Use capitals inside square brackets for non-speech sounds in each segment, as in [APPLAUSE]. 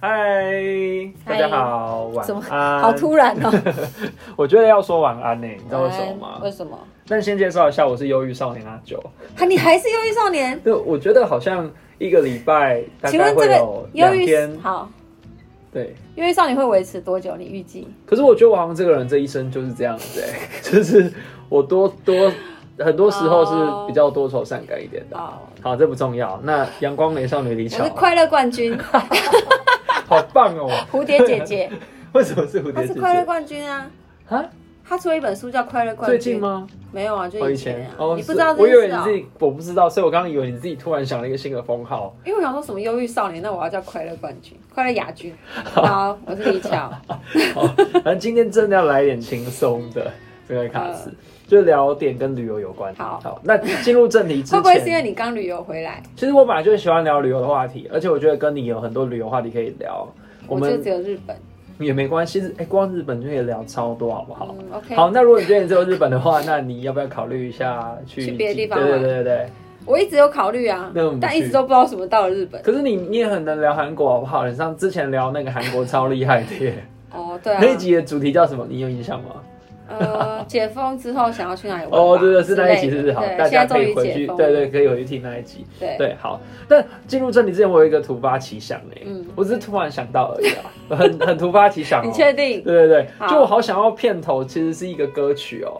嗨，大家嗨好，晚怎么安。好突然哦、我觉得要说晚安呢、 [LAUGHS] 你知道为什么晚安吗为？什么？那你先介绍一下，我是忧郁少年阿九。啊，你还是忧郁少年？对，我觉得好像一个礼拜大请概问会这个有忧两郁天，好，对。忧郁少年会维持多久？你预计？可是我觉得我好像这个人这一生就是这样子、欸， [LAUGHS] 就是我多多很多时候是比较多愁善感一点的。哦，好，这不重要。那阳光美少女李我巧是，快 [LAUGHS] 乐 [LAUGHS] 冠军，好棒哦！蝴蝶姐姐，为什么是蝴她蝶是姐快乐姐？冠军啊。啊，她出了一本书叫《快乐冠军》，最近？吗？没有啊，就哦，以以前前啊。哦，你不知道是我这以为件你事啊、自己，我不知道，所以我刚刚以为你自己突然想了一个新的封号。因为我想说什么忧郁少年，那我要叫快乐冠军，快乐亚 [LAUGHS] 军。好，我是李巧。好，哦 [LAUGHS] 反正今天真的要来一点轻松的，这个卡斯就聊点跟旅游有关。嗯好那进入正题之 [LAUGHS] 前，会不会是因为你刚旅游回来？其实我本来就喜欢聊旅游的话题，而且我觉得跟你有很多旅游话题可以聊。我我就们只有日本。也没关系，哎、光日本就可以聊超多，好不好？嗯，OK。好，那如果你觉得你只有日本的话，那你要不要考虑一下去去别的地方对对玩对对对。我一直有考虑啊那我们，但一直去都不知道什么到了日本。可是你你也很能聊韩国，好不好？你上之前聊那个韩国超厉害的耶，哦，对啊。那一集的主题叫什么？你有印象吗？呃，解封之后想要去哪里玩吧？啊哦，对对，是那一集，是之类的不是？好，对大家现在可终以于回去，解封了对对，可以回去听那一集。对对，好。但进入正题之前，我有一个突发奇想哎、嗯我只是突然想到而已啊， [LAUGHS] 很很突发奇想、哦。你确定？对对对，好就我好想要片头其实是一个歌曲哦，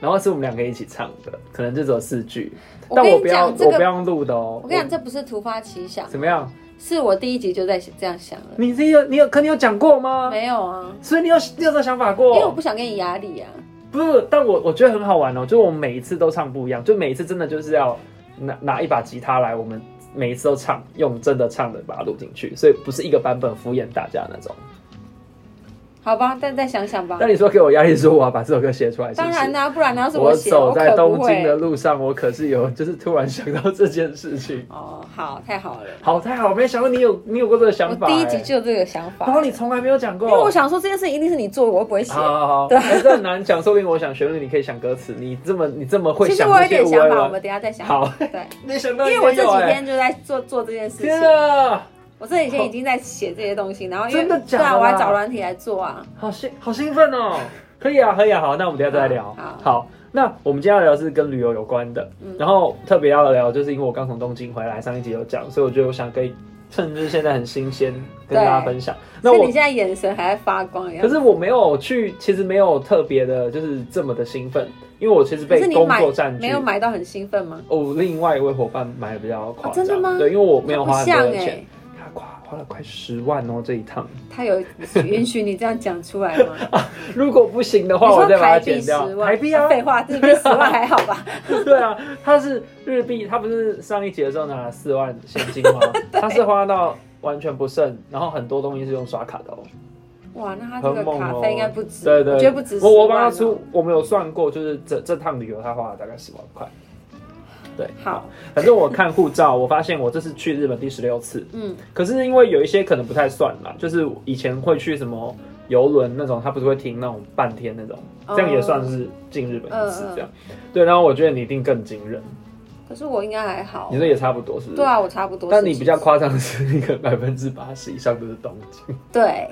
然后是我们两个一起唱的，可能就只有四句，我但跟我你不要讲这我不个，要用录的哦。我跟你讲，这不是突发奇想我，怎么样？是我第一集就在这样想了。你这有你有，可你有讲过吗？没有啊，所以你有你有这个想法因为我过？不想给你压力啊。不是，但我我觉得很好玩哦，就是我们每一次都唱不一样，就每一次真的就是要拿拿一把吉他来，我们每一次都唱，用真的唱的把它录进去，所以不是一个版本敷衍大家那种。好吧，但再想想吧那。你说给我压力，说我要把这首歌写出来，是不啊当是然啦、不然哪有什我么写？走我在可东不京的会。路上，我可是 [LAUGHS] 有，就是突然想到这件事情。哦，好，太好了。好，太好，没想到你有你有过这个想我法、第一集哎就有这个想法，然后你从来没有讲过。因为我想说这件事一定是你做的，我又不会写。好好好，对哎这很难讲，说不定我想旋律，你可以想歌词。你这么你这么会其实想我那有些点无想为法，我们文，等一下再想。好，对，没想因到你为也我这 [LAUGHS] 有几哎天就在做做这件事情天。啊，我这几天已经在写这些东西，然后因为真的假对的啊，啦我还找软体来做啊。好兴好兴奋 [LAUGHS] 哦！可以啊，可以啊，好，那我们等一下再来聊。好那我们今天要聊的是跟旅游有关的，嗯然后特别要聊，就是因为我刚从东京回来，上一集有讲，所以我觉得我想可以趁就是现在很新鲜跟大家分享。那所以我你现在眼神还在发光一样可。是我没有去，其实没有特别的，就是这么的兴奋，因为我其实可被是你工买作占据没。有买到很兴奋吗？哦，另外一位伙伴买的比较夸张、哦真的吗对，因为我没有它花很不多像的哎、钱，他花花了快十万哦这一趟。他有允许你这样讲出来 [LAUGHS] 吗？如果不行的你话，哦我说再把它台币剪十掉。万，台币啊，废话，日币十万还好 [LAUGHS] 吧？对啊，他是日币，他不是上一节的时候拿了四万现金 [LAUGHS] 吗？他是花到完全不剩，然后很多东西是用刷卡的哦。哇，那他这个很猛卡哦费应该不止，对对，我觉得不止、啊我我帮他出，，我们有算过，就是这这趟旅游他花了大概十万块。好，反正我看护照，我发现我这是去日本第十六次，嗯，可是因为有一些可能不太算啦，就是以前会去什么游轮那种，他不是会停那种半天那种，这样也算嗯。是进日本一次这样。对，然后我觉得你一定更惊人，可是我应该还好你，说也差不多是不是？对啊，我差不多。但你比较，夸张的是，那 [LAUGHS] 个百分之八十以上都是东京 [LAUGHS] 对，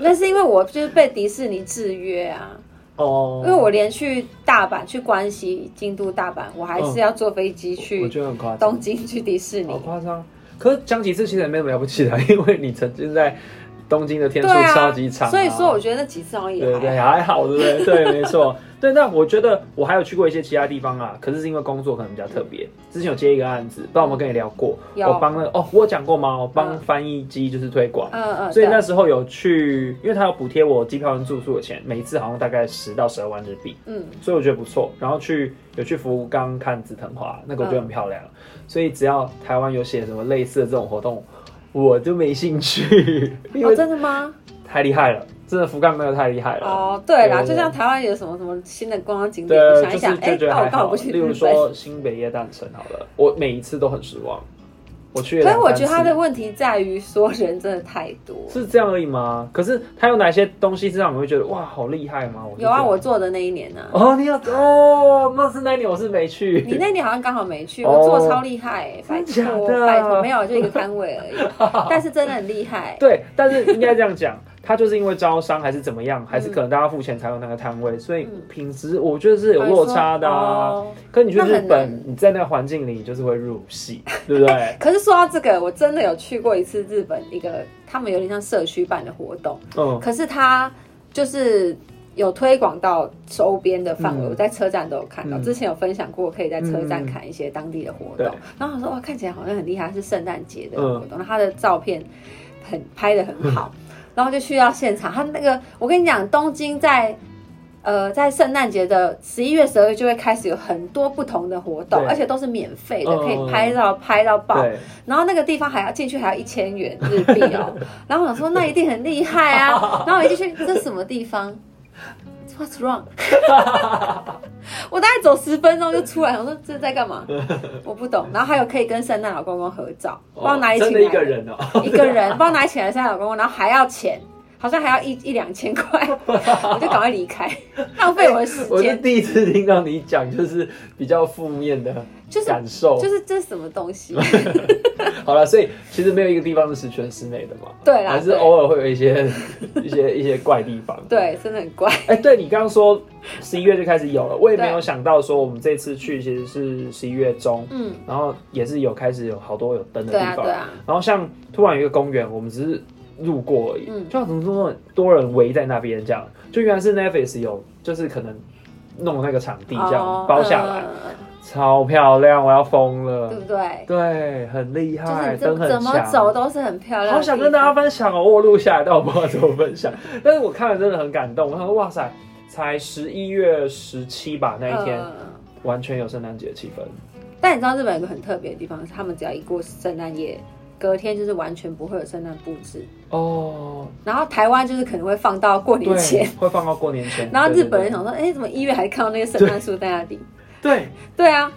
那是因为我就是被迪士尼制约啊。哦因为我连去大阪、去关西、京都、大阪，我还是要坐飞机嗯我去觉得很哦夸张，东京、去迪士好尼。夸张。可是讲几次其实也没什么了不起的， [LAUGHS] 因为你曾经在东京的天数对啊，超级长啊、所以说我哎觉得那几次好像也对对还好还好，对不 [LAUGHS] 对？对，没错。对，那我觉得我还有去过一些其他地方啊，可是是因为工作可能比较特别。之前有接一个案子，不知道我们跟你聊过，有我帮那个哦，我有讲过吗？我帮嗯翻译机就是推广。嗯嗯，所以对那时候有去，因为他要补贴我机票跟住宿的钱，每一次好像大概十到十二万日币，嗯所以我觉得不错。然后去有去福冈看紫藤花，那个我觉得很漂亮。所以只要台湾有写什么类似的这种活动，我就没兴趣，因 [LAUGHS] 哦，为真的吗？太厉害了，真的福冈那个太厉害了。哦，对啦，对对就像台湾有什么什么新的观光景点，我对，想就一想是，哎，就觉得那我还刚好好。不去例如日本。说新北耶诞城好了，我每一次都很失望。我去了可两三是次。我觉得他的问题在于说人真的太 [LAUGHS] 多。是这样而已吗？可是他有哪些东西是让你会觉得哇好厉害吗？我就有啊，觉得我做的那一年呢、[LAUGHS] 啊，哦，你有哦，那是那一年我是没去。你那年好像刚好没去，哦我做超厉害、欸，拜真托假的拜托，没有就一个摊位而 [LAUGHS] 已，但是真的很厉害。对，但是应该这样讲，他就是因为招商还是怎么样，还是可能大家付钱才有那个摊位，所以嗯品质我觉得是有落差的啊。哦可你去日那很本，你在那个环境里，你就是会入戏，对不对？可是说到这个，我真的有去过一次日本一个，他们有点像社区办的活动， [LAUGHS] 嗯，可是他就是有推广到周边的范围，嗯我在车站都有看到。嗯之前有分享过，可以在车站嗯看一些当地的活对嗯动。然后我说哇，看起来好像很厉害，是圣诞节的活动。那他的照片很拍的很好，然后就去到现场。他那个我跟你讲，东京在。呃，在圣诞节的十一月、十二月就会开始有很多不同的活动对，而且都是免费的，嗯可以拍到拍到爆。对，然后那个地方还要进去还要一千元日币 [LAUGHS] 哦。然后我想说那一定很厉害啊。然后我一进去，这是什么地方？What's [LAUGHS] wrong？我大概走十分钟就出来，我说这是在干嘛？我不懂。然后还有可以跟圣诞老公公合照，不知道哪里哦真请的来一个人哦，一个人，不知道哪里请来的圣诞老公公，然后还要钱。好像还要一一两千块， [LAUGHS] 我就赶快离开，浪费我的 [LAUGHS] 时哎我是间。第一次听到你讲，就是比较负面的就是感受。就是这是什么东 [LAUGHS] 西？好了，所以其实没有一个地方是十全十美的嘛，对啦还是对偶尔会有一 [LAUGHS] 些一些一些怪地方。对，真的很怪。哎、对你刚刚说十一月就开始有了，我也没有对想到说我们这次去其实是十一月中，嗯，然后也是有开始有好多有灯的对地啊，方，对啊。然后像突然有一个公园，我们只是路过而已，嗯就怎么说多人围在那边这样，就原来是 Netflix 有就是可能弄那个场地这样、哦包下来，嗯超漂亮，我要疯对了，不对？对，很厉害，哎就是灯你怎很怎么强。走都是很漂亮的地方。好想跟大家分享哦，我有录下来，但我不知道怎么分享。 [LAUGHS] 但是我看了真的很感动，我想说哇塞，才十一月十七吧那一天，嗯完全有圣诞节气氛。但你知道日本有个很特别的地方，是他们只要一过圣诞夜，隔天就是完全不会有圣诞布置。哦，然后台湾就是可能会放到过年对前，， [LAUGHS] 会放到过年前。然后日本人对想说，哎，怎么一月还看到那些圣诞树在那里？对对啊，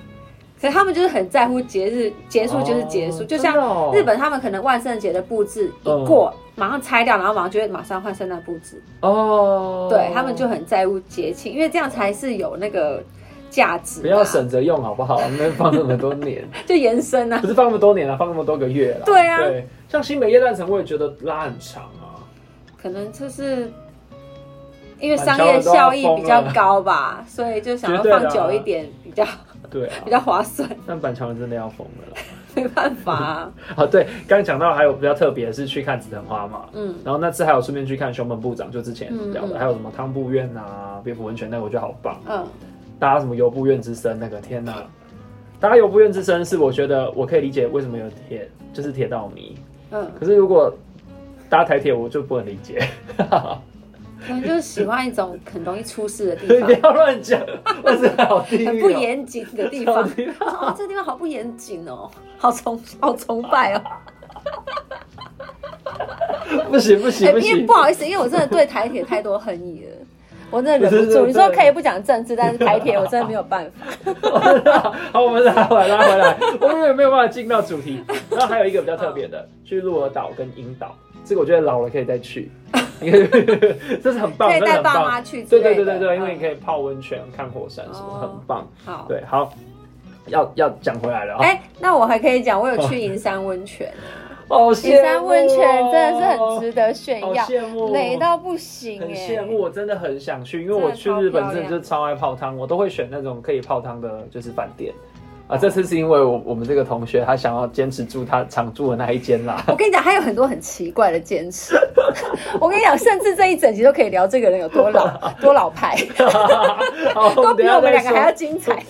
可是他们就是很在乎节日，结对束就是结束，哦就像真的哦嗯日本他们可能万圣节的布置一过，马上拆掉，然后马上就会马上换圣诞布置。哦，对他们就很在乎节庆，因为这样才是有那个价值、啊。不要省着用好不好？那放那么多年， [LAUGHS] 就延伸啊不。是放那么多年了，放那么多个月了。对啊对，像新北夜诞城，我也觉得拉很长啊。可能就是因为商业效益比较高吧，所以就想要放久一点，比较啊对啊比，较划算，但板桥人真的要疯了啦。没办法、啊。 [LAUGHS] 啊，对，刚刚讲到还有比较特别的是去看紫藤花嘛，嗯，然后那次还有顺便去看熊本部长，就之前聊的，嗯嗯还有什么汤布院啊、蝙蝠温泉那个，我觉得好棒。嗯，大家什么游步院之声那个，天哪！大家游步院之声是我觉得我可以理解为什么有铁，就是铁道迷。嗯，可是如果搭台铁，我就不能理解。 [LAUGHS] 可能就是喜欢一种很容易出事的地不方，要乱讲，我是好地狱、很不严谨的地方。地狱哦，这个地方好不严谨哦，好崇好崇拜哦。不行不行哎、不因为行不！好意思，因为我真的对台铁太多恨意了。我真的忍不对对住，对你说可以不讲政治，但是台铁我真的没有办法。 [LAUGHS] 好，我们拉回来拉回来，我们也没有办法进到主题。然后还有一个比较特别的，去鹿儿岛跟樱岛，这个我觉得老了可以再去， [LAUGHS] 这是很棒，可以真的带很爸棒。妈去之对类的，对对对对，因为你可以。以泡温泉、看火山什么，哦很棒。好，对，好，要要讲回来了啊，哎、那我还可以讲，我有去银山温泉，好银羡山慕哦温泉真的是很值得炫好耀，羡慕，哦美到不行很哎、羡慕，我真的很想去，因为真的我去日本真的就是超爱泡汤，我都会选那种可以泡汤的，就是饭店。啊，这次是因为我我们这个同学他想要坚持住他常住的那一间 [LAUGHS] 啦。我跟你讲，还有很多很奇怪的坚持。我跟你讲，甚至这一整集都可以聊这个人有多老、多老派，好，都比我们等一下再两个说还要精彩。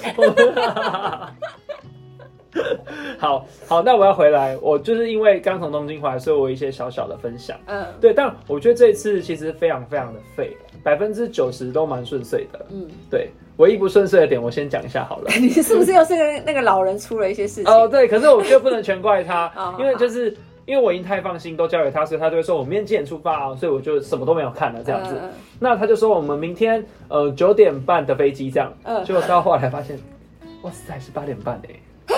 好好，那我要回来，我就是因为刚从东京回来，所以我有一些小小的分享。嗯对，但我觉得这一次其实非常非常的废，百分之九十都蛮顺遂的。嗯，对，唯一不顺遂的点，我先讲一下好了。你是不是又是那个那个老人出了一些事情？哦，对，可是我觉得不能全怪他 [LAUGHS] 哦，因为就是因为我已经太放心，都交给他，所以他就会说我明天几点出发啊，所以我就什么都没有看了这样子。嗯那他就说我们明天呃九点半的飞机这样，嗯欸结果到后来发现，哇塞是八点半哎、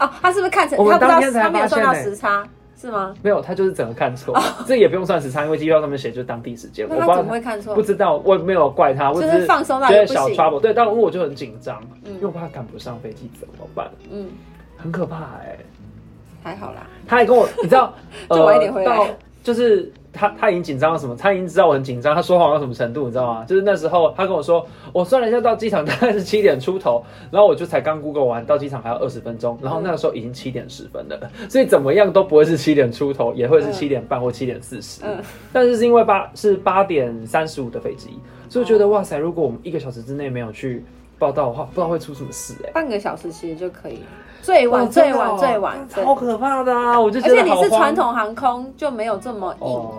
[LAUGHS] 哦，他是不是看成我们他不知道当天才他没有算到发现欸时差是吗？没有，他就是整个看错， [LAUGHS] 这也不用算时差，因为机票上面写就是当地时间，我哦不那他知道怎么会看错不？知道，我也没有怪他，我只就是放松到觉一个得不小行， trouble。对，但因为我就很紧张，因为我嗯怕赶不上飞机怎么办，嗯，很可怕哎、还好啦，他还跟我，你知 [LAUGHS] 道，呃就晚一点回来到就是他他已经紧张到什么，他已经知道我很紧张，他说谎到什么程度，你知道吗？就是那时候他跟我说，我算了一下到机场大概是七点出头，然后我就才刚 Google 完，到机场还要二十分钟，然后那个时候已经七点十分了，所以怎么样都不会是七点出头，也会是嗯七点半或七点四十。嗯，但是是因为八是八点三十五的飞机，所以我觉哦得哇塞，如果我们一个小时之内没有去报道的话，不知道会出什么事哎、半个小时其实就可以了，最晚哇真最的哦晚最晚，对超可怕的啊！我就觉得而且你好是慌传统航空就没有这么硬，哦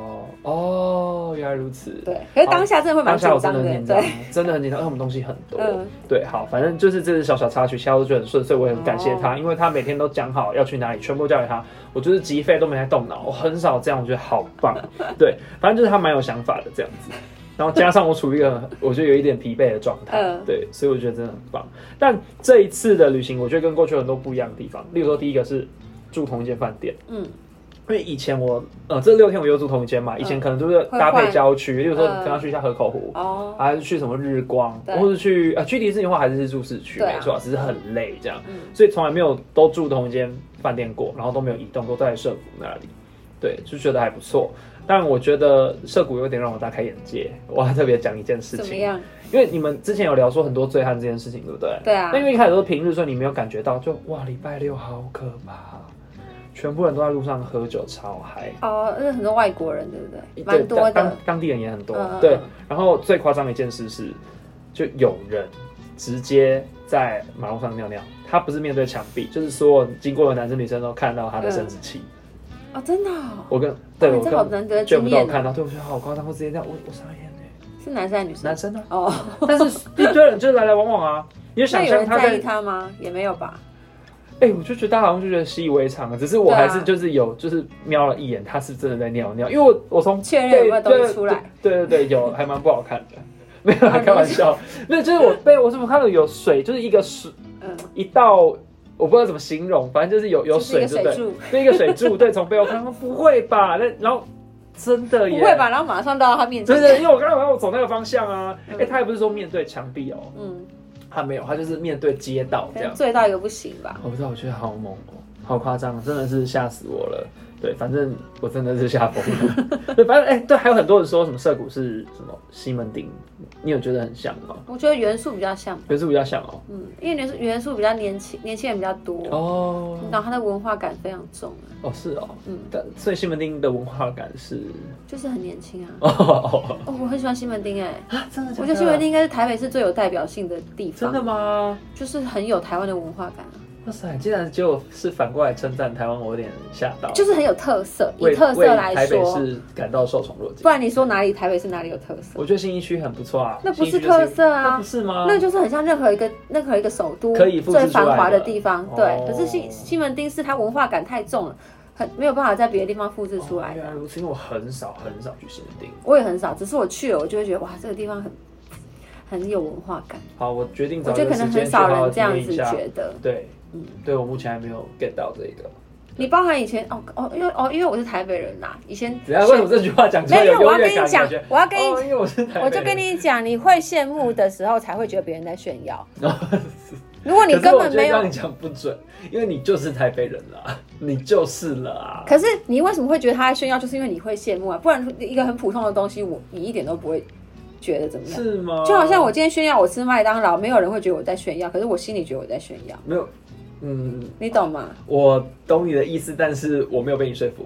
哦，原来如此。对，可是当下真的会当蛮紧下我真张的的，很紧张对，，真的很紧张，因为我们东西很多。嗯对，好，反正就是这是小小插曲，其他都觉得很顺遂，我也很感谢嗯他，因为他每天都讲好要去哪里，全部交给他，我就是集费都没在动脑，我很少这样，我觉得好棒。 [LAUGHS] 对，反正就是他蛮有想法的这样子，然后加上我处于一个我觉得有一点疲惫的状态，嗯对，所以我觉得真的很棒。但这一次的旅行，我觉得跟过去有很多不一样的地方，例如说第一个是住同一间饭店。嗯，因为以前我呃这六天我又住同一间嘛，以前可能就是会搭配换郊区，例如说嗯可能要去一下河口湖，哦，还是去什么日光，对或者去呃去迪士尼的话还是住市区，对啊没错，只是很累这样，嗯所以从来没有都住同一间饭店过，然后都没有移动，都在社谷那里，对，就觉得还不错。但我觉得社谷有点让我大开眼界，我要特别讲一件事怎么情，样？因为你们之前有聊说很多醉汉这件事情，对不对？对啊那，因为一开始都是平日，所以你没有感觉到，就哇，礼拜六好可怕，全部人都在路上喝酒，超嗨。哦，那很多外国人对不对？对蛮多当的，当地人也很多。嗯嗯对嗯，然后最夸张的一件事是，就有人直接在马路上尿尿，他不是面对墙壁，就是所有经过的男生女生都看到他的生殖器。哦，真的哦，我跟对哇我这好跟难得的全经部都有验看啊，到，对我觉得好夸张，会直接这样，我我傻眼哎，是男生还是女生男？生呢、 [LAUGHS] 哦，但是一堆人就是来来往往啊，你就那想有象人他在在意他吗？也没有吧。哎、我就觉得大家好像就觉得习以为常了，只是我对啊还是就是有就是瞄了一眼，他是真的在尿尿，因为我我从确认有没有东西出来对对对对，有还蛮不好看的，没有啦啊开玩笑，那就是我被我怎么看到有水，就是一个水嗯，一道我不知道怎么形容，反正就是有有就是一水，对个水不对？柱，对一个水柱，对，从背后看，说不会吧？那然后真的不耶，会？吧？然后马上到他面前真，的，因为我刚刚我走那个方向啊，哎、嗯他也不是说面对墙壁哦，嗯，他没有，他就是面对街道可这样能。醉到一个不行吧。我不知道，我觉得好猛哦、好夸张，真的是吓死我了。对，反正我真的是吓疯 [LAUGHS] 了。对，反正哎、对，还有很多人说什么涩谷是什么西门町，你有觉得很像吗？我觉得元素比较像，可是比较像哦、嗯，因为元素元素比较年轻，年轻人比较多，哦然后他的文化感非常重啊，哦，是哦、嗯但所以西门町的文化感 [LAUGHS] 是就是很年轻啊。哦哦哦，我很喜欢西门町哎、啊，真的我觉得西门町应该是台北市最有代表性的地真方，的吗？就是很有台湾的文化感、啊，哇塞，竟然结果是反过来称赞台湾，我有点吓到。就是很有特色。以为特色为来台北说，市感到受宠若惊不。然你说哪里台北市哪里有特色？我觉得新一区很不错啊，那不信是义区就是特色那啊不，是吗？那就是很像任何一个任何一个首都嗯可以复制出来最的繁华的地方哦，对。可是西西门町是它文化感太重了，很没有办法在别的地方复制出来哦原来的。如此，因为我很少很少去西门町。我也很少，只是我去了，我就会觉得哇，这个地方很很有文化感。好，我决定我找觉一得个可能时间很去少好好人这体样验子一下。觉得。对，嗯对我目前还没有 get 到这个。你包含以前哦哦，因为哦，因为我是台北人呐，以前等一下为什么这句话讲出来没有，因为优我要跟越感你的讲感觉？，我要跟你哦，因为我是台北人我就跟你讲，你会羡慕的时候才会觉得别人在炫耀。 [LAUGHS] 如果哦可你是根我本觉得没这样有，讲不准，因为你就是台北人啦，你就是了啊。可是你为什么会觉得他在炫耀？就是因为你会羡慕啊，不然一个很普通的东西，我你一点都不会觉得怎么样。是啊吗？就好像我今天炫耀我吃麦当劳，没有人会觉得我在炫耀，可是我心里觉得我在炫耀，没有，嗯，你懂 [LAUGHS] 吗？我懂你的意思，但是我没有被你说服。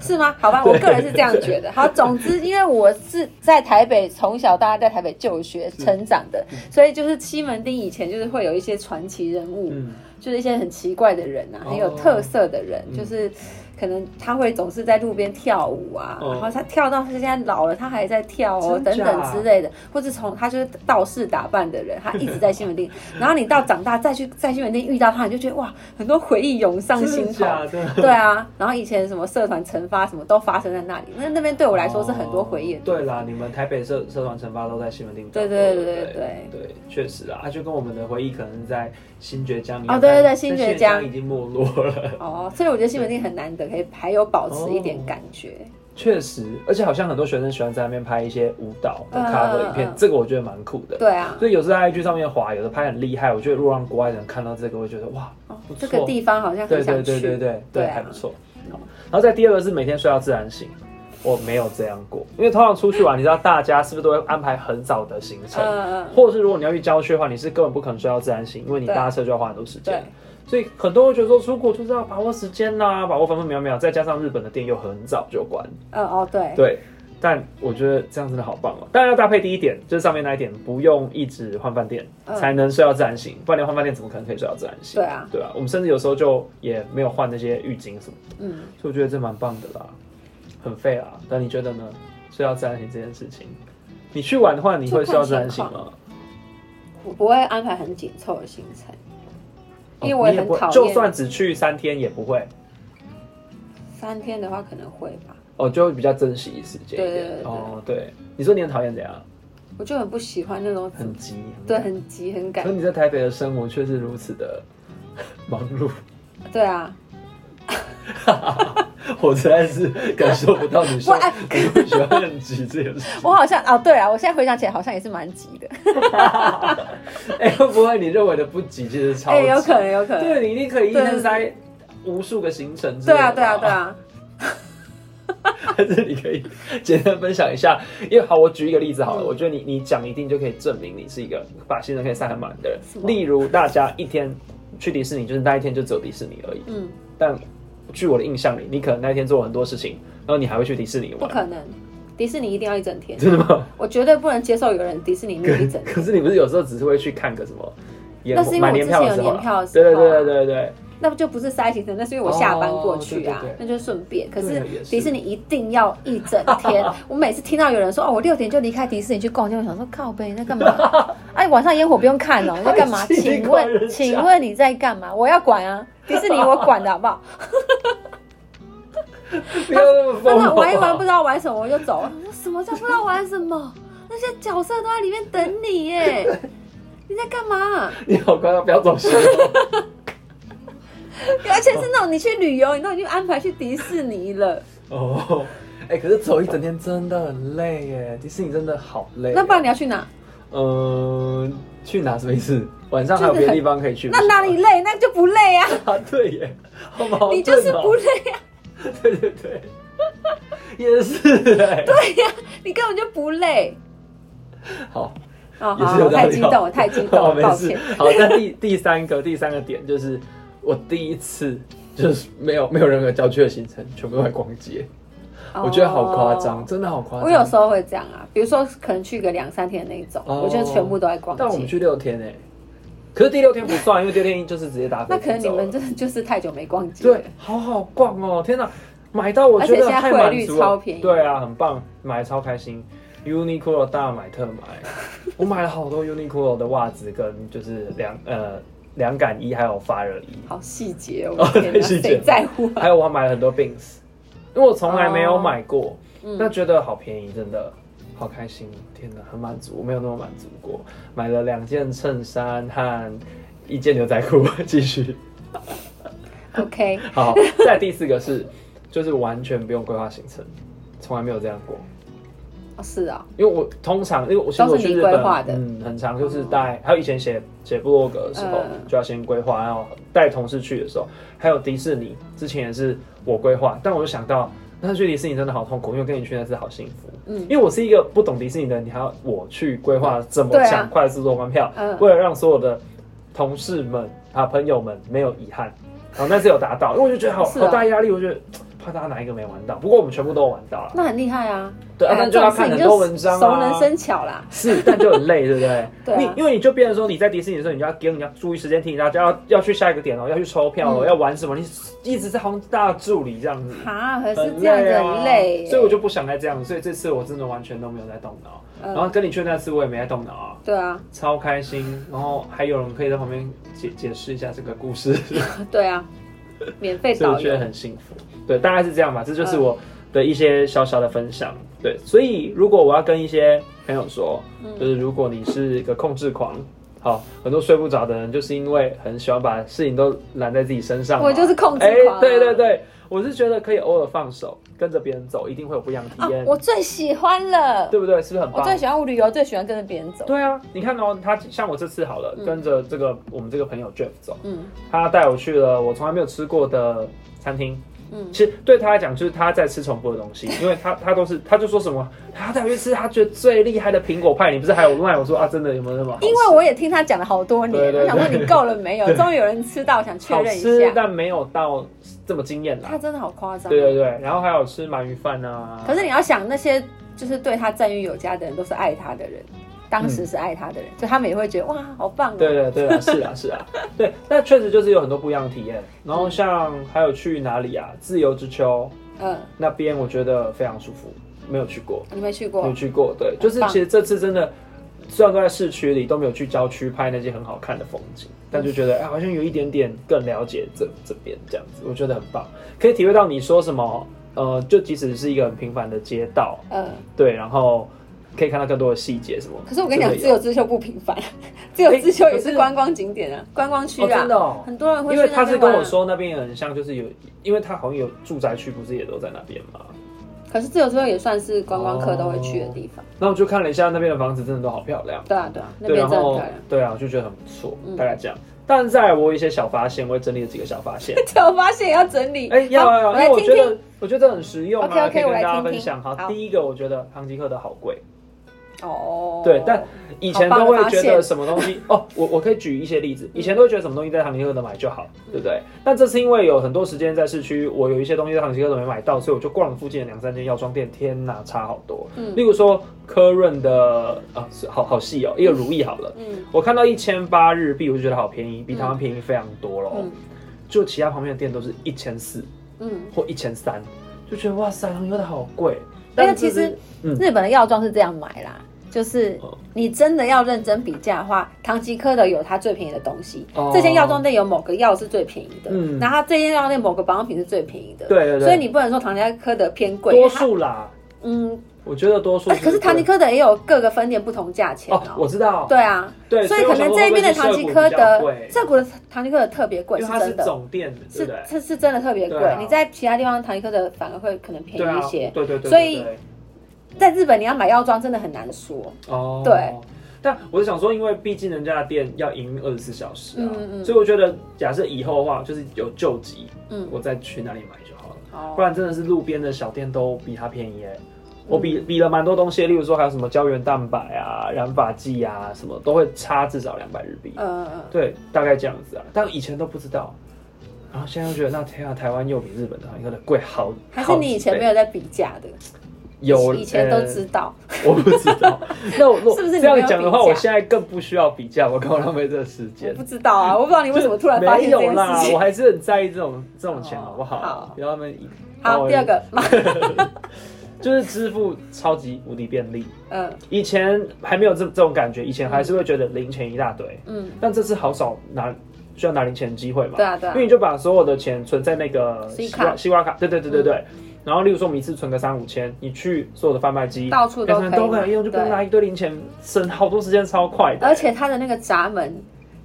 是吗？好吧，我个人是这样觉得。好，总之，因为我是在台北从小到大在台北就学成长的，所以就是西门町以前就是会有一些传奇人物，嗯，就是一些很奇怪的人啊，哦很有特色的人，嗯就是可能他会总是在路边跳舞啊，嗯然后他跳到他现在老了，他还在跳哦，真等假等之类的，或者从他就是道士打扮的人，他一直在西 [LAUGHS] 门町，然后你到长大再去在西门町遇到他，你就觉得哇，很多回忆涌上真心的头。假的？对啊，然后以前什么社团惩罚什么都发生在那里，那那边对我来说是很多回忆的地方。哦对啦，你们台北社社团惩罚都在西门町比较对多。对对对对不对对，确实啊，啊就跟我们的回忆可能在新觉江一哦样。对对对但新但觉觉江已经没落了，哦，所以我觉得西门町很难得，可以还有保持一哦点感觉。确实，而且好像很多学生喜欢在那边拍一些舞蹈的 cover 嗯影片嗯，这个我觉得蛮酷的。对啊，所以有时在 IG 上面滑，有的拍很厉害，我觉得如果让国外人看到这个，会觉得哇，哦不，这错个地方好像对很对想对去。对对对对，啊还不错。好然后再第二个是每天睡到自然醒，我没有这样过，因为通常出去玩，你知道大家是不是都会安排很早的行程？嗯嗯，或者是如果你要去郊区的话，你是根本不可能睡到自然醒，因为你对搭车就要花很多时对间。所以很多人会觉得说出国就是要把握时间啦、把握分分秒秒，再加上日本的店又很早就关，嗯哦对，对。但我觉得这样真的好棒哦、当然要搭配第一点，就是上面那一点，不用一直换饭店、嗯才能睡到自然醒，不然连换饭店怎么可能可以睡到自然醒？对啊，对啊，我们甚至有时候就也没有换那些浴巾什么的，嗯，所以我觉得这蛮棒的啦，很废啊。但你觉得呢？睡到自然醒这件事情，你去玩的话，你会睡到自然醒就看吗？我不会安排很紧凑的行程，因为哦我你也很不会讨厌就算只去三天也不会，三天的话可能会吧。哦，就会比较珍惜时间一对对点对。对哦，对，你说你很讨厌怎样？我就很不喜欢那种很急，很对赶。很急很可赶，你在台北的生活却是如此的 [LAUGHS] 忙碌，对啊，我实在是感受不到 [LAUGHS] 你说我哎你会喜欢很急这件事。 [LAUGHS] 我好像哦对啊，我现在回想起来好像也是蛮急的，哎，会不会你认为的不急其实是超 [LAUGHS] 哎、级？有可能有可能，对你一定可以一天对塞无数个行程之类对的啊吧。对啊对啊， [LAUGHS] 但是你可以简单分享一下，因为好，我举一个例子好了，嗯我觉得你你讲一定就可以证明你是一个把行程可以塞很满的人是。吗例如大家一天去迪士尼，就是那一天就只有迪士尼而已。嗯，但据我的印象里，你可能那一天做了很多事情，然后你还会去迪士尼不玩，可能，迪士尼一定要一整天，真的吗？我绝对不能接受有人迪士尼没有一整天。可是你不是有时候只是会去看个什么演？那是因为买我年之票前的有时候年票啊，的时对对候啊对对对那不就不是塞行程，那是因为我下班过去啊，哦对对对那就顺便。可是对也是迪士尼一定要一整 [LAUGHS] 天。我每次听到有人说哦，我六点就离开迪士尼去逛街，我想说靠背你在干嘛？ [LAUGHS] 哎，晚上烟火不 [LAUGHS] 用看哦，你在干嘛？太奇请怪了问，请问你在干嘛？我要管啊，迪士尼我管的 [LAUGHS] 好不好？对， [LAUGHS] 不要那么真疯的玩一玩狂不知道玩什么我就走了。我说什么叫不知道玩什么？那些角色都在里面等你 [LAUGHS] 耶，你在干嘛？你好夸张，不要走心。 [LAUGHS] 而且是那种你去旅游，你都已经安排去迪士尼了。哦，哎、可是走一整天真的很累耶，迪士尼真的好累。那不然你要去哪？嗯、去哪什么意思？晚上还有别的地方可以去？那哪里不累？那就不累啊，是吗？啊，对耶，好矛盾、哦。你就是不累啊， [LAUGHS] 对对对， [LAUGHS] 也是哎。对，你根本就不累。好，哦，也好，是有我道理哦太激动了，太激 [LAUGHS] 动好，了，没抱事歉。。好，那第第三个第三个点就是我第一次。就是没有没有任何郊区的行程，全部都在逛街，我觉得好夸张，哦。真的好夸张。我有时候会这样啊，比如说可能去个两三天的那一种，哦我就全部都在逛但我们街。去六天哎、可是第六天不算，因为第六天就是直接打飞那机可能你走了们真的就是太久没逛街了对。，好好逛哦！天哪，买到我觉而且得现在太汇满率足了。超便宜对啊，很棒，买得超开心。Uniqlo 大买特 [LAUGHS] 买，我买了好多 Uniqlo 的袜子跟就是凉呃凉感衣，还有发热衣，好细节哦，哦我的天哪，太细节了谁在乎 [LAUGHS] 啊？还有我还买了很多 Bings，因为我从来没有买过，嗯那觉得好便宜，真的。好开心！天哪，很满足，我没有那么满足过。买了两件衬衫和一件牛仔裤，继续。 OK，好，再第四个是，就是完全不用规划行程，从来没有这样过。哦是啊，因为我通常，因为我其实我都是去你日本规划的嗯，很常就是带，还有以前写写部落格的时候，嗯就要先规划，然后带同事去的时候，还有迪士尼，之前也是我规划，但我就想到，那去迪士尼真的好痛苦，因为跟你去那次好幸福，嗯 [LAUGHS] 因为我是一个不懂迪士尼的人，你还要我去规划这么对啊抢快的制作门票，嗯为了让所有的同哦事们啊朋友们没有遗憾，然后那次有达到，因为我就觉得好是好啊大压力，我觉得。怕大家哪一个没玩到。不过我们全部都有玩到了，那很厉害啊。对啊，哎呀但就要这种看事很你多就文章熟能啊。生巧啦。是， [LAUGHS] 但就很累，对不对？对啊你因为你就变成说你在迪士尼的时候，你就要给你要注意时间提醒大家要要去下一个点哦，要去抽票哦，嗯要玩什么，你一直在好像大助理这样子，哈，可是这样子很累耶、啊所以我就不想再这样，所以这次我真的完全都没有在动脑。嗯然后跟你去那次我也没在动脑啊，对啊，超开心。然后还有人可以在旁边解解释一下这个故 [LAUGHS] 事，对啊，免费所以我导觉得游。嗯很幸福。对，大概是这样吧，这就是我的一些小小的分享。对，所以如果我要跟一些朋友说，嗯就是如果你是一个控制狂。好，很多睡不着的人就是因为很喜欢把事情都揽在自己身上嘛。哎我就是控制狂啊对对对，我是觉得可以偶尔放手，跟着别人走，一定会有不一样的啊体验。，我最喜欢了。对不对？是不是很我棒？最喜欢我旅游，最喜欢跟着别人走。对啊，你看哦，他像我这次好了，跟着这个我们这个朋友 Jeff 走，嗯他带我去了我从来没有吃过的餐厅。嗯，其实对他来讲，就是他在吃重复的东 [LAUGHS] 西，因为他他都是他就说什么，他带我去吃他觉得最厉害的苹果派，你不是还有问我说啊，真的有没有那么好吃？因为我也听他讲了好多年，对对对我想说你够了没有？终于有人吃到，想确好认吃一下。但没有到这么惊艳他啦。真的好夸张。对对对，然后还有吃鳗鱼饭啊。可是你要想，那些就是对他赞誉有加的人，都是爱他的人，当时是爱他的人，所以他们也会觉得哇，好棒哦。嗯对对对啊，是啊是 [LAUGHS] 啊，对，那确实就是有很多不一样的体嗯验。然后像还有去哪里啊？自由之丘，嗯，那边我觉得非常舒服，没有去过，你没去没过有？去过，对，就是其实这次真的，虽然都在市区里，都没有去郊区拍那些很好看的风景，但就觉得哎、好像有一点点更了解这这边这样子，我觉得很棒，可以体会到你说什么，呃，就即使是一个很平凡的街道，嗯，对，然后可以看到更多的细节什么。可是我跟你讲，真自的有哎由之丘不平 [LAUGHS] 凡，自由之丘也是观光景点啊，观光区哦，啊真，的、哦。很多人会因去为那他是边跟玩啊我。说那边也很像，就是有，因为他好像有住宅区，不是也都在那边嘛。可是自由之丘也算是观光客都会去的地方。那我就看了一下那边的房子，真的都好漂亮。对啊，对啊，那对，边然真的很后漂亮。 [LAUGHS] 对啊，我就觉得很不错，嗯大概这样。但在我有一些小发现，我也整理了几个小发现。 [LAUGHS] 对，我发现也要整理。哎、要好要要，我因来为我听觉听。得我觉得很实用啊 OK，OK，可以我跟来大家听分听享。好，好第一个我觉得唐吉诃德好贵，哦，对，但以前好都棒的会发觉现得什么东西哦，我我可以举一些例子，以前都会觉得什么东西在唐吉诃德买就好，对不对？但这次因为有很多时间在市区，我有一些东西在唐吉诃德没买到，所以我就逛了附近的两三间药妆店，天哪，差好多。嗯例如说科润的啊，是好好细哦，一个如意好了。嗯我看到一千八日币，我就觉得好便宜，比台湾便宜非常多了。哦嗯就其他旁边的店都是一千四嗯，或一千三，就觉得哇塞，有的好贵。这但其是实日本的药妆是这样买啦。就是哦你真的要认真比价的话，唐吉诃德有它最便宜的东西。哦这间药妆店有某个药是最便宜的，嗯然后这间药妆店某个保养品是最便宜的。对对对所以你不能说唐吉诃德偏贵。多它数啦，嗯，我觉得多数可是唐吉贵诃德也有各个分店不同价钱哦，我知道，对啊，对，所以我可想能说这一会边不会的是唐吉涩谷诃比较德贵，涩谷的唐吉诃德特别贵，因为是它是真的，总店，对是不对？这是真的特别贵对啊。你在其他地方唐吉诃德反而会可能便对宜啊一，些。对对对，所以对对在日本你要买药妆真的很难说，哦，对。但我是想说，因为毕竟人家的店要营二十四小时啊，嗯嗯嗯所以我觉得假设以后的话，就是有救急，嗯，我再去哪里买就好了。不哦，然真的是路边的小店都比它便宜哎、嗯我比比了蛮多东西，例如说还有什么胶原蛋白啊、染发剂啊，什么都会差至少两百日币。呃，对，大概这样子啊。但以前都不知道，然后现在就觉得那天啊，台湾又比日本的好像有点贵好。还是你以前没有在比价的，有以前都知道，[LAUGHS] 道，我不知道。那 [LAUGHS] 我是不是你这没样有讲的话，比价我现在更不需要比价，我干嘛浪费这个时我间？不知道啊，我不知道你为什么突然发呃没现这有件啦事，我情。还是很在意这种这种钱，哦好不好好？不要他们一哦好，第二，个，马 [LAUGHS] 就是支付超级无敌便利。嗯以前还没有这这种感觉，以前还是会觉得零钱一大堆，嗯，但这次好少拿需要拿零钱的机会嘛。对啊对啊因为你就把所有的钱存在那个西瓜卡嗯西瓜卡，对对对对对。然后，例如说，我们一次存个三五千，你去所有的贩卖机，哎到处都可以都可以用，就不用对拿一堆零钱，省好多时间，超快的。而且它的那个闸门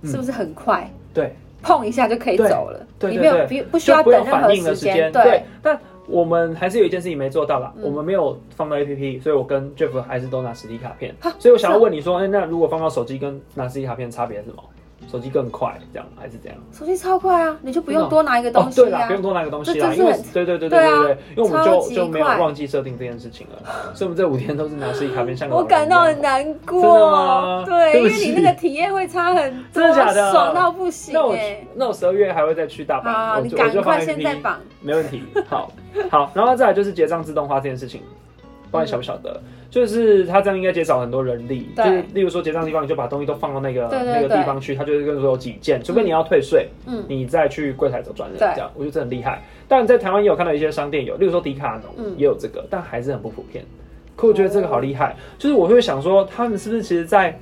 是不是很快？对，碰一下就可以走了，嗯对对你没有对不不需就要不等用任反何应的时间。对，，但我们还是有一件事情没做到啦，嗯我们没有放到 APP，所以我跟 Jeff 还是都拿实体卡片啊。所以我想要是哦问你说，哎，那如果放到手机跟拿实体卡片差别是什么？手机更快，这样还是这样？手机超快啊，你就不真的用哦多拿一个东哦，西对啦，啊不。用多拿个东西啦，这真是因为很对对对对啊对对，因为我们超就级就没有快忘记设定这件事情 [LAUGHS] 了，所以我们这五天都是拿实体卡片像个我老人感到一样很难真的吗过，啊对对，因不为起你那个体验会差很多，真的假的爽到不行那我哎！那我十二月还会再去大好啊阪，我你就我就放赶快 A 现 P 在 P，绑，没问题。好，好，然后再来就是结账自动化这件事情，不知道你晓不晓得？就是它这样应该减少很多人力，就对是例如说结账地方，你就把东西都放到那个对对那个地对方去，它就会跟你说有几件，除非你要退税，嗯你再去柜台走转人，对这样我觉得这很厉害。当然在台湾也有看到一些商店有，例如说迪卡侬嗯也有这个，但还是很不普遍。可我觉得这个好厉害，嗯就是我会想说，他们是不是其实在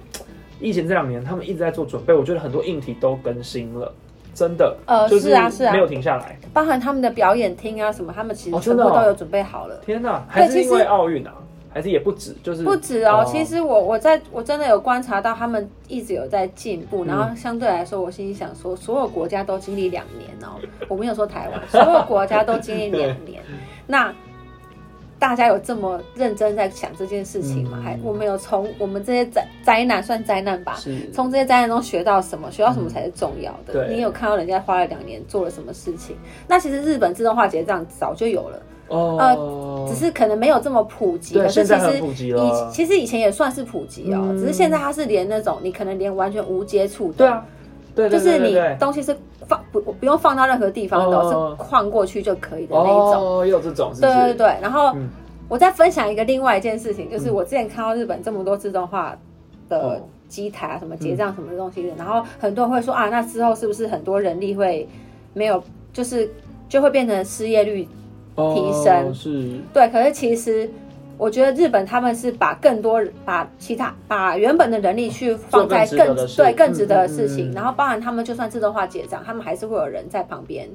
疫情这两年，他们一直在做准备？我觉得很多硬体都更新了，真的，呃就是啊是啊没有停下来。包含他们的表演厅啊什么，他们其哦实真全的部哦都有准备好了。天哪，还是其因实为奥运啊，还是也不止，就是不止哦哦，其实我我在我真的有观察到他们一直有在进步，嗯然后相对来说，我心里想说，所有国家都经历两年哦，我没有说台湾，所有国家都经历两 [LAUGHS] 年，那。大家有这么认真在想这件事情吗？嗯还我们有从我们这些灾灾难算灾难吧，是嗯从这些灾难中学到什么？学到什么才是重要的？对你有看到人家花了两年做了什么事情？那其实日本自动化结账早就有了，哦，呃只是可能没有这么普及。对可是现其在很实普及了以，其实以前也算是普及哦，嗯只是现在它是连那种你可能连完全无接触的，对啊，对，就对是对对你对东西是放不不用放到任何地方的哦哦，是晃过去就可以的那一种。哦，也有这种，是不对是对对，然后嗯我再分享一个另外一件事情，就是嗯我之前看到日本这么多自动化哦的机台啊，什么结账什么东西的，然后很多人会说啊，那之后是不是很多人力会没有，就是就会变成失业率哦提升是对，可是其实我觉得日本他们是把更多人把其他把原本的人力去放在做更值得更的事对更嗯值得的嗯事嗯情，然后包含他们就算自动化结账，他们还是会有人在旁边。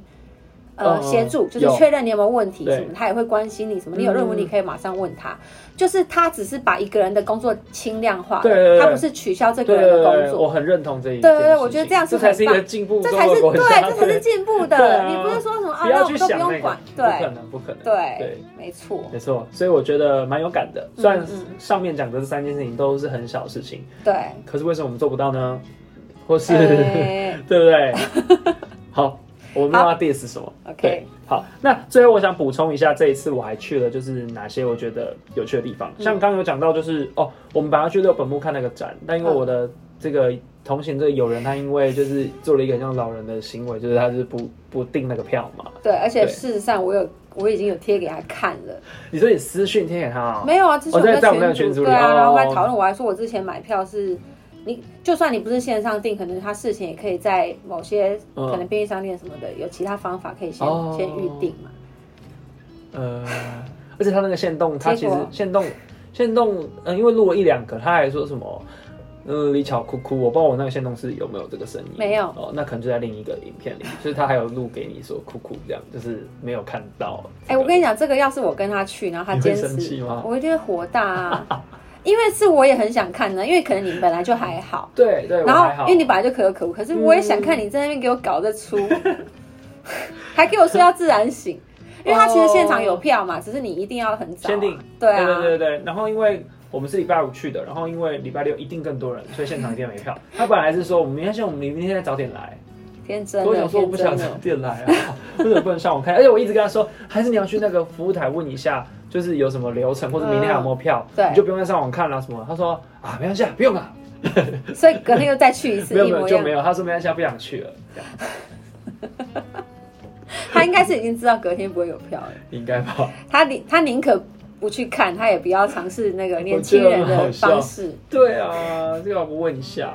呃哦，协助就是有确认你有没有问题对什么，他也会关心你什么，你有任何问题嗯可以马上问他。就是他只是把一个人的工作轻量化了，对对对他不是取消这个对人对的对，工我作，很认同这一对对对件事我觉得情这样是这才是一很个棒进步这中才的是国对，家，这才是进步对的。啊你不是说什么啊，不那要我去们都不想那用个管，，不可对能，不可能，对对，没错，没错，所以我觉得蛮有感的。虽然嗯嗯上面讲的这三件事情都是很小的事情，对。可是为什么我们做不到呢？或是、哎对不对？ [LAUGHS] 好，我没有要 diss 什么。 OK 对好，那最后我想补充一下，这一次我还去了就是哪些我觉得有趣的地方。像刚刚有讲到，就是哦，我们本来要去六本木看那个展，但因为我的这个同行这个友人，他因为就是做了一个很像老人的行为，就是他是不不订那个票嘛。对，而且对事实上，我有我已经有贴给他看了。你说你私讯贴给他啊、没有啊，之前哦在在我我们那个群群组里组对哦啊，然后还讨论，我还说我之前买票是，你就算你不是线上订，可能他事前也可以在某些嗯可能便利商店什么的，有其他方法可以先哦先预定嘛。呃，而且他那个线动，他其结实果线动线动，呃，因为录了一两个，他还说什么，嗯、李巧哭哭，我不知道我那个线动是有没有这个声音，没有哦，那可能就在另一个影片里，就是他还有录给你说哭哭这样，就是没有看到。哎，我跟你讲，这个要是我跟他去，然后他你会坚生气持吗，我一定会火大啊， [LAUGHS] 因为是我也很想看的，因为可能你本来就还好，对对，我然还后好，因为你本来就可有可无，可是我也想看你在那边给我搞得出，嗯 [LAUGHS] 还给我说要自 [LAUGHS] 然醒，因为他其实现场有票嘛，只是你一定要很早啊、限定，对啊，哦对对对对，然后因为。我们是礼拜五去的，然后因为礼拜六一定更多人，所以现场一定没票。他本来是说我们明天，我们明天再早点来，天真我的，想说我天不想真早的，点来啊， [LAUGHS] 为什么不能上网看？而且我一直跟他说，还是你要去那个服务台问一下，就是有什么流程，或者明天还有没有票，嗯对你就不用再上网看了、什么？他说啊，没关系啊，不用啊，所以隔天又再去一 [LAUGHS] 次没有一没有模一就样没。有。他说没关系啊，不想去了，这样 [LAUGHS] 他应该是已经知道隔天不会有票了，应该吧？ [LAUGHS] 他宁他宁可不去看，他也不要尝试那个年轻我觉得人很好的笑方式。对啊，这个我不问一下。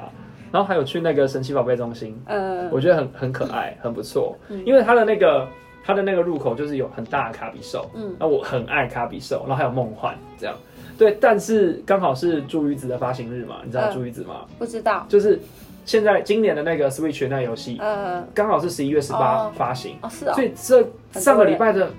然后还有去那个神奇宝贝中心，呃，我觉得很很可爱，很不错，嗯因为它的那个它的那个入口就是有很大的卡比兽，嗯嗯，那我很爱卡比兽，然后还有梦幻这样，对，但是刚好是朱鱼子的发行日嘛，你知道嗯朱鱼子吗？不知道，就是现在今年的那个 Switch 那游戏，呃，刚好是十一月十八哦发行，哦是哦所，以这上个礼拜的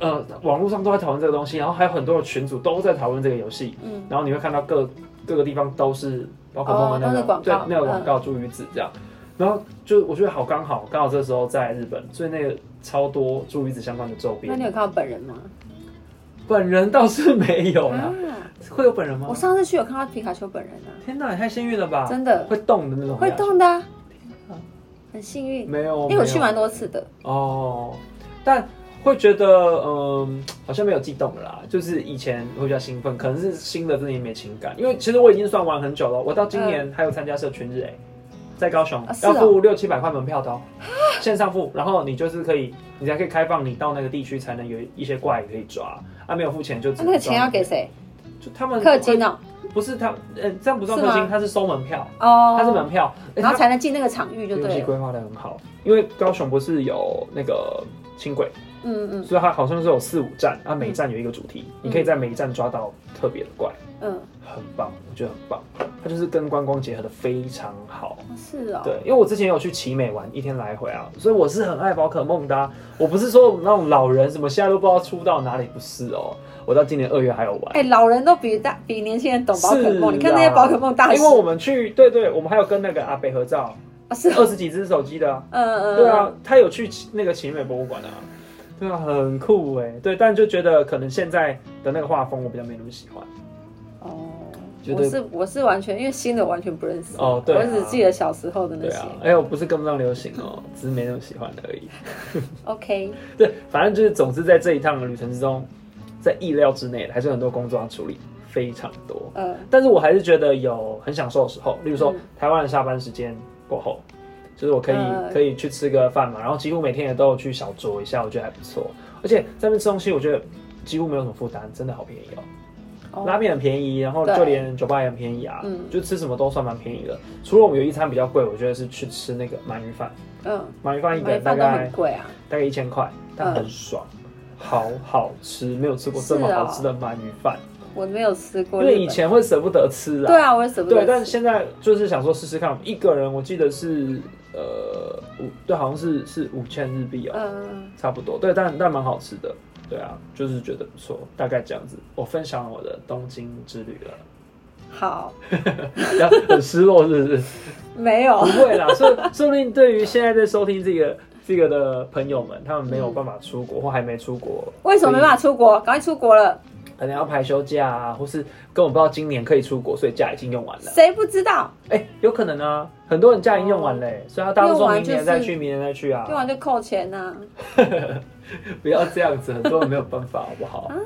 呃网络上都在讨论这个东西，然后还有很多的群组都在讨论这个游戏，嗯，然后你会看到各各个地方都是包括哦梦幻那都个、是广告对那个嗯广告朱鱼子这样，然后就我觉得好刚好刚好这时候在日本，所以那个超多朱鱼子相关的周那你边，有看到本人吗？本人倒是没有啦，啊，会有本人吗我？上次去有看到皮卡丘本人啊，天哪，也太幸运了吧！真的会动的那种，会动的啊、很幸运，没有，没因为有我去蛮多次的。哦，但会觉得嗯，好像没有悸动了啦。就是以前会比较兴奋，可能是新的这里没情感，因为其实我已经算玩很久了。我到今年还有参加社群日哎、在高雄、啊是要哦付六七百块门票的、哦，线上付，然后你就是可以，你才可以开放你到那个地区才能有一些怪可以抓，啊没有付钱就只那能那个钱抓要给谁？就他们氪金哦，不是他，嗯、这样不算是吗氪金，他是收门票，哦，他是门票，哎然后他才能进那个场域就游对戏了。规划的很好，因为高雄不是有那个轻轨，嗯嗯所以它好像是有四五站，它每站有一个主题，你可以在每一站抓到特别的怪，嗯，很棒，我觉得很棒。它就是跟观光结合的非常好。哦是哦。对，因为我之前有去奇美玩一天来回啊，所以我是很爱宝可梦的啊、我不是说那种老人什么现在都不知道出到哪里，不是哦。我到今年二月还有玩。哎、老人都比大比年轻人懂宝可梦，是你看那些啦宝可梦大师，因为我们去，对对，我们还有跟那个阿北合照，啊是， [LAUGHS] 二十几只手机的啊、嗯嗯，对啊，他有去奇那个奇美博物馆啊，对啊，很酷哎、对，但就觉得可能现在的那个画风我比较没那么喜欢。哦，绝我对是我是完全因为新的完全不认识，哦对啊我只记得小时候的那对些。啊，哎、我不是跟不上流行哦，只是没那么喜欢而已。 [LAUGHS] OK，对，反正就是，总之在这一趟的旅程之中，在意料之内的，还是有很多工作要处理，非常多。呃，但是我还是觉得有很享受的时候，例如说、嗯台湾的下班时间过后，就是我可以、嗯可以去吃个饭嘛，然后几乎每天也都有去小酌一下，我觉得还不错。而且在那边吃东西，我觉得几乎没有什么负担，真的好便宜哦。哦拉面很便宜，然后对就连酒吧也很便宜啊，嗯就吃什么都算蛮便宜的。除了我们有一餐比较贵，我觉得是去吃那个鳗鱼饭，嗯，鳗鱼饭一个买人大饭都概很贵啊，大概一千块，但很爽，好好吃，没有吃过这么是哦好吃的鳗鱼饭，我没有吃过因日本。为以前会舍不得吃啊。对啊，我也舍不得对，吃。但是现在就是想说试试看，一个人我记得是呃五，对，好像是是五千日币哦，嗯，差不多。对，但但蛮好吃的，对啊，就是觉得不错，大概这样子。我分享我的东京之旅了。好，然后很失落，是不是？没有 [LAUGHS] 不，会 [LAUGHS] 啦，说说不定对于现在在收听这个这个的朋友们，他们没有办法出国或还没出国，为什么没办法出国？赶快出国了，法？可能要排休假啊，或是根本不知道今年可以出国，所以假已经用完了。谁不知道？哎、有可能啊，很多人假已经用完了、哦欸，所以他大家都说明年再去，明年再去啊用，完就扣钱啊呐、不要这样子，很多人没有办 [LAUGHS] 法，好不好？啊。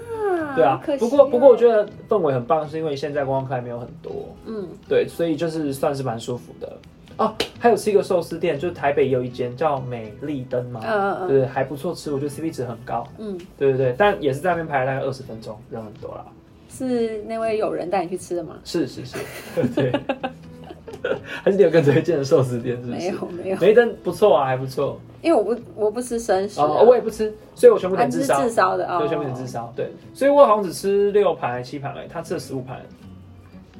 对啊好可惜，不过不过我觉得，得氛围很棒，是因为现在观光客还没有很多，嗯，对，所以就是算是蛮舒服的。哦，还有吃一个寿司店，就是台北有一间叫美丽灯嘛，嗯嗯对，还不错吃，我觉得 CP 值很高，嗯，对对对，但也是在那边排了大概二十分钟，人很多啦，是那位友人带你去吃的吗？是是 [LAUGHS] 是，对， [LAUGHS] 还是你有更推荐的寿司店是不是？没有没有，美丽灯不错啊，还不错，因为我不我不吃生食、啊，哦，我也不吃，所以我全部啊点你自是烧，自烧的哦，对，全部点自烧，对，所以我好像只吃六盘还七盘而已，他吃了十五盘，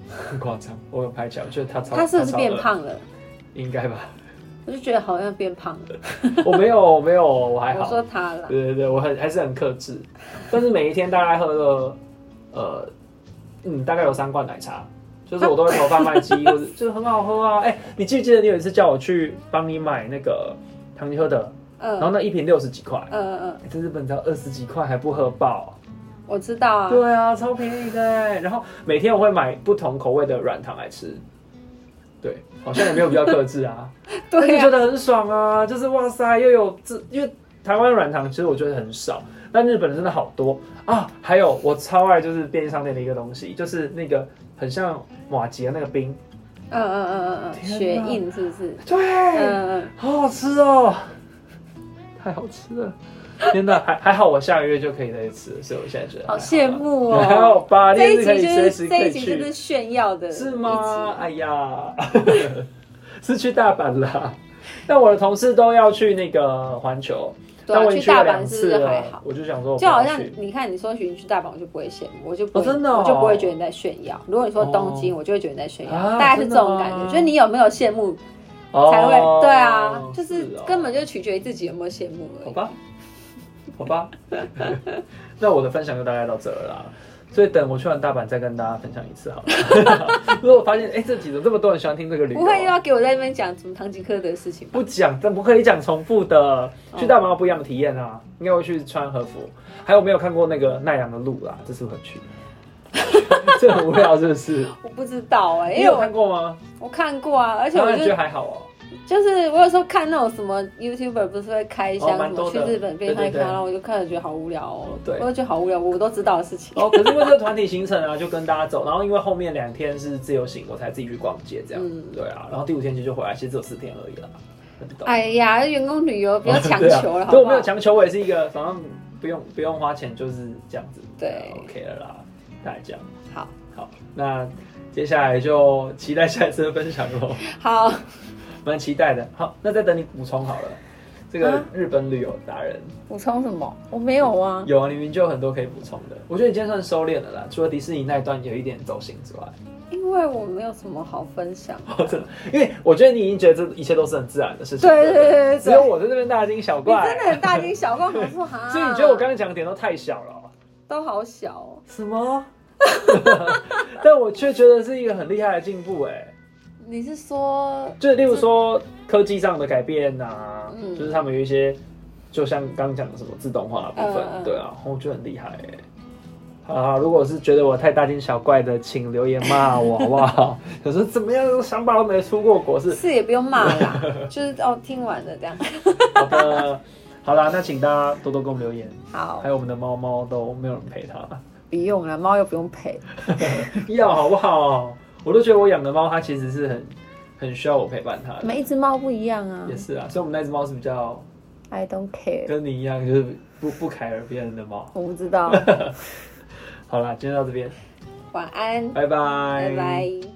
很夸张，我有拍起来，我觉得他超，他是不是超变饿？胖了？应该吧。我就觉得好像变胖了。我没有，我没有，我还我好。说他了，对对对，我很还是很克制，但是每一天大概喝了，呃，嗯，大概有三罐奶茶，就是 [LAUGHS] 我都会投贩卖机，或者就是很好喝啊。哎、你记不记得你有一次叫我去帮你买那个唐吉诃德，嗯然后那一瓶六十几块，哎嗯嗯嗯，在日本只要二十几块还不喝爆？啊我知道啊。对啊，超便宜的欸。然后每天我会买不同口味的软糖来吃，对，好像也没有比较克制 [LAUGHS] 啊。但对是啊觉得很爽啊，就是哇塞，又有这，因为台湾软糖其实我觉得很少，但日本的真的好多啊。还有我超爱就是便利商店的一个东西，就是那个很像马吉的那个冰，嗯嗯嗯嗯嗯，血天哪印是不是？对，嗯嗯好好吃哦，太好吃了。天哪，还还好，我下个月就可以再吃了，所以我现在觉嗯，得好还羡啦。[LAUGHS] 慕还好哦。吧，这一你也是可以集就随是时这可一以集就是去，炫耀的，是吗？？哎呀， [LAUGHS] 是去大阪啦。但我的同事都要去那个环球，对但啊，我已去经去了大阪两是不次是了，还好？我就想说我不就好要去，像你看，你说你去大阪，我就不会羡慕，我就不哦会，真的哦我就不会觉得你在炫耀。如果你说东京，哦我就会觉得你在炫耀，啊大概是这种真的感吗觉。就是你有没有羡慕，哦才会、对啊，就是哦根本就取决于自己有没有羡慕而好已。吧，好吧。 [LAUGHS] 那我的分享就大概到这儿了啦。所以等我去完大阪再跟大家分享一次好了。 [LAUGHS] 如果发现哎、这几个这么多人喜欢听这个旅游啊不，会又要给我在那边讲什么唐吉诃德的事情吧？不讲，但不可以讲重复的。哦去大阪有不一样的体验啊，应该会去穿和服。还有没有看过那个奈良的鹿啊啦？这次会 [LAUGHS] 去，这很无聊是不是？我不知道哎、你因为有看我过吗？我看过啊，而且当我然觉就得 [LAUGHS] 还好哦。就是我有时候看那种什么 YouTuber 不是会开箱哦什蛮么多去的日本对便对当对看，然后我就看着觉得好无聊哦，对我就觉得好无聊，我都知道的事情。哦，可是因为这个团体行程啊，就跟大家走，然后因为后面两天是自由行，我才自己去逛街这样，嗯对啊，然后第五天其实就回来，其实只有四天而已啦，很短哎呀，员工旅游不要强求 [LAUGHS] 对了，啊好所以我不没有好？强求，我也是一个反正不用不用花钱就是这样子，对啊，OK 了啦，大概这样，好好，那接下来就期待下一次的分享喽，好， [LAUGHS] 蛮期待的。好，那再等你补充好了。这个啊日本旅游达人、补充什么？我没有啊。有啊，你明明就有很多可以补充的。我觉得你今天算收敛了啦，除了迪士尼那一段有一点走心之外， [LAUGHS] 因为我没有什么好分享。真的，因为我觉得你已经觉得这一切都是很自然的事情。对对不对对对只有我在这边大惊小你怪。真的很大惊小怪，我说哈， [LAUGHS] 所以你觉得我刚才讲的点都太小了哦、都好小、哦，什么？ [LAUGHS] 但我却觉得是一个很厉害的进步哎、你是说就是例如说科技上的改变呐、嗯就是他们有一些，就像刚刚讲的什么自动化的部分，嗯嗯对啊，我觉得很厉害哎、好啊，如果是觉得我太大惊小怪的，请留言骂我好不 [LAUGHS] 好？可是怎么样，想法都没出过国是是也不用骂 [LAUGHS] 啦，就是哦，听完了这样。好的。 [LAUGHS] 好啦，那请大家多多给我们留言，好还，有我们的猫猫都没有人陪它。不用了，猫又不用陪。要好不好？我都觉得我养的猫，它其实是很很需要我陪伴它的。每一只猫不一样啊也是啊，所以我们那只猫是比较，I don't care，跟你一样，就是不不凯而别人的猫。 [LAUGHS] 我不知道。好啦，今天到这边，晚安，拜拜，拜拜。